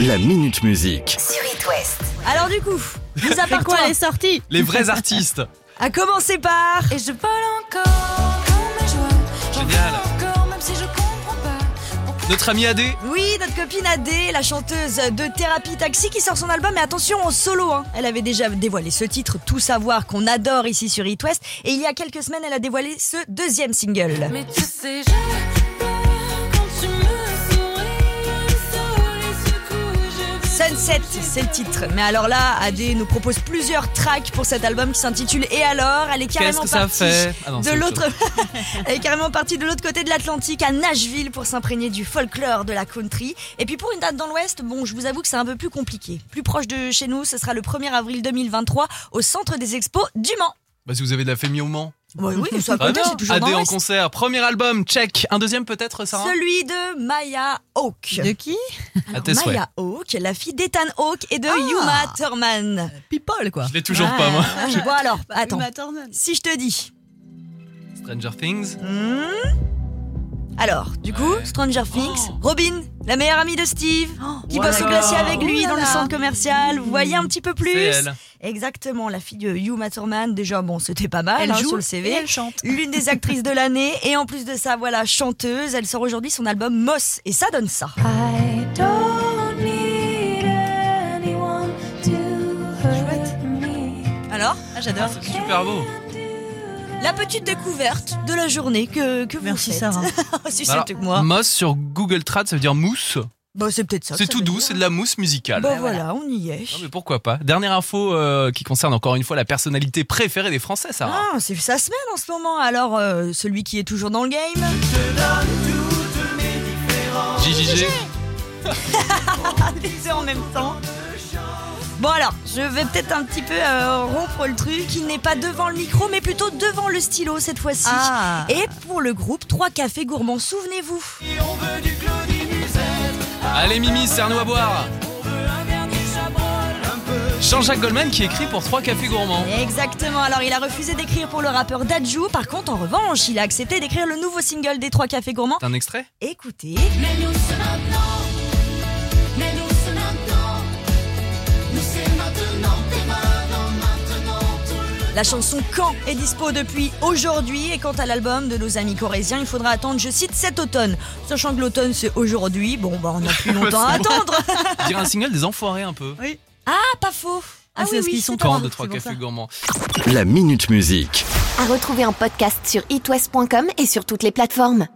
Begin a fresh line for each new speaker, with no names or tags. La Minute Musique.
sur It West.
Alors du coup, nous à part toi les sorties,
Les vrais artistes.
à commencer par
Et je vole encore comme la joie. J'en
Génial.
veux encore, même si je comprends pas. Pourquoi
Notre ami AD.
oui notre copine Adé, la chanteuse de Thérapie Taxi qui sort son album. Mais attention en solo, hein. elle avait déjà dévoilé ce titre Tout savoir qu'on adore ici sur It West et il y a quelques semaines elle a dévoilé ce deuxième single.
Mais tu sais, je pleure quand tu me souris. Le soleil secoue, je veux
Sunset, c'est le titre. Mais alors là, Adé nous propose plusieurs tracks pour cet album qui s'intitule Et alors Elle est
Qu'est-ce
carrément
que ça
partie
fait Ah non,
de
c'est autre
l'autre,
chose.
elle est carrément partie de l'autre côté de l'Atlantique à Nashville pour s'imprégner du folklore de la country. Et puis pour une date dans l'Ouest, bon, je vous avoue que c'est un peu plus compliqué. Plus proche de chez nous, ce sera le 1er avril 2023 au centre des expos du Mans. Mmh.
Bah, si vous avez de la famille au Mans.
Ouais, oui, ça
Très
compte,
bien.
Bah, c'est toujours
AD
dans
en
l'Ouest.
concert. Premier album, check. Un deuxième peut-être, Sarah
Celui de Maya Hawk.
De qui
À tes souhaits.
Maya Hawk, la fille d'Ethan Hawk et de
Ah.
Yuma Thurman.
People, quoi.
Je l'ai toujours pas, moi.
Ah. Bon alors, attends.
Uma Thurman.
Si je te dis.
Stranger Things.
Hmm. Alors, du coup,
Ouais.
Stranger Things, Robin, la meilleure amie de Steve, qui
oh
bosse
là
au
là.
glacier avec lui
Oh là
dans le
là.
centre commercial. Vous voyez un petit peu
C'est
plus
elle.
Exactement, la fille de Yuma Thurman, déjà, bon, c'était pas mal
Elle
hein,
joue
sur le CV.
et elle chante.
L'une des actrices de l'année, et en plus de ça, voilà, chanteuse. Elle sort aujourd'hui son album Moss, et ça donne ça.
I don't need anyone to hurt me.
Alors,
Ah, j'adore.
C'est super beau.
la petite découverte de la journée que, que vous
Merci,
faites.
Sarah.
si
Alors,
c'était que moi.
Moss sur Google Trad, ça veut dire mousse.
Bon, c'est peut-être ça.
C'est
ça
tout
veut
doux,
dire.
c'est de la mousse musicale.
Bon, voilà, on y est.
Non, mais pourquoi pas. Dernière info euh, qui concerne encore une fois la personnalité préférée des Français, Sarah.
Ah, c'est sa semaine en ce moment. Alors, euh, celui qui est toujours dans le game. Ah.
JJG.
Les deux en même temps. Bon alors, je vais peut-être un petit peu euh, rompre le truc. Il n'est pas devant le micro, mais plutôt devant le stylo cette fois-ci.
Ah.
Et pour le groupe 3 cafés gourmands, souvenez-vous.
Allez Mimi, serre-nous à boire Jean-Jacques Goldman qui écrit pour trois cafés gourmands.
Exactement, alors il a refusé d'écrire pour le rappeur Dadju. Par contre, en revanche, il a accepté d'écrire le nouveau single des 3 cafés gourmands.
Un extrait
Écoutez.
Mais nous, c'est maintenant. Mais nous, c'est maintenant. Nous, c'est maintenant. Demain, dans maintenant. Tout le
La chanson Quand est dispo depuis aujourd'hui et quant à l'album de nos amis corésiens, il faudra attendre, je cite, cet automne. Sachant que l'automne c'est aujourd'hui, bon bah on n'a plus longtemps à
C'est bon.
attendre.
Dire un single des enfoirés un peu.
Ah pas faux.
Ah, c'est parce qu'ils sont
c'est
quand
vrai.
Quand de trois
c'est pour
cafés
ça.
gourmands.
La Minute Musique.
À retrouver en podcast sur itwest.com et sur toutes les plateformes.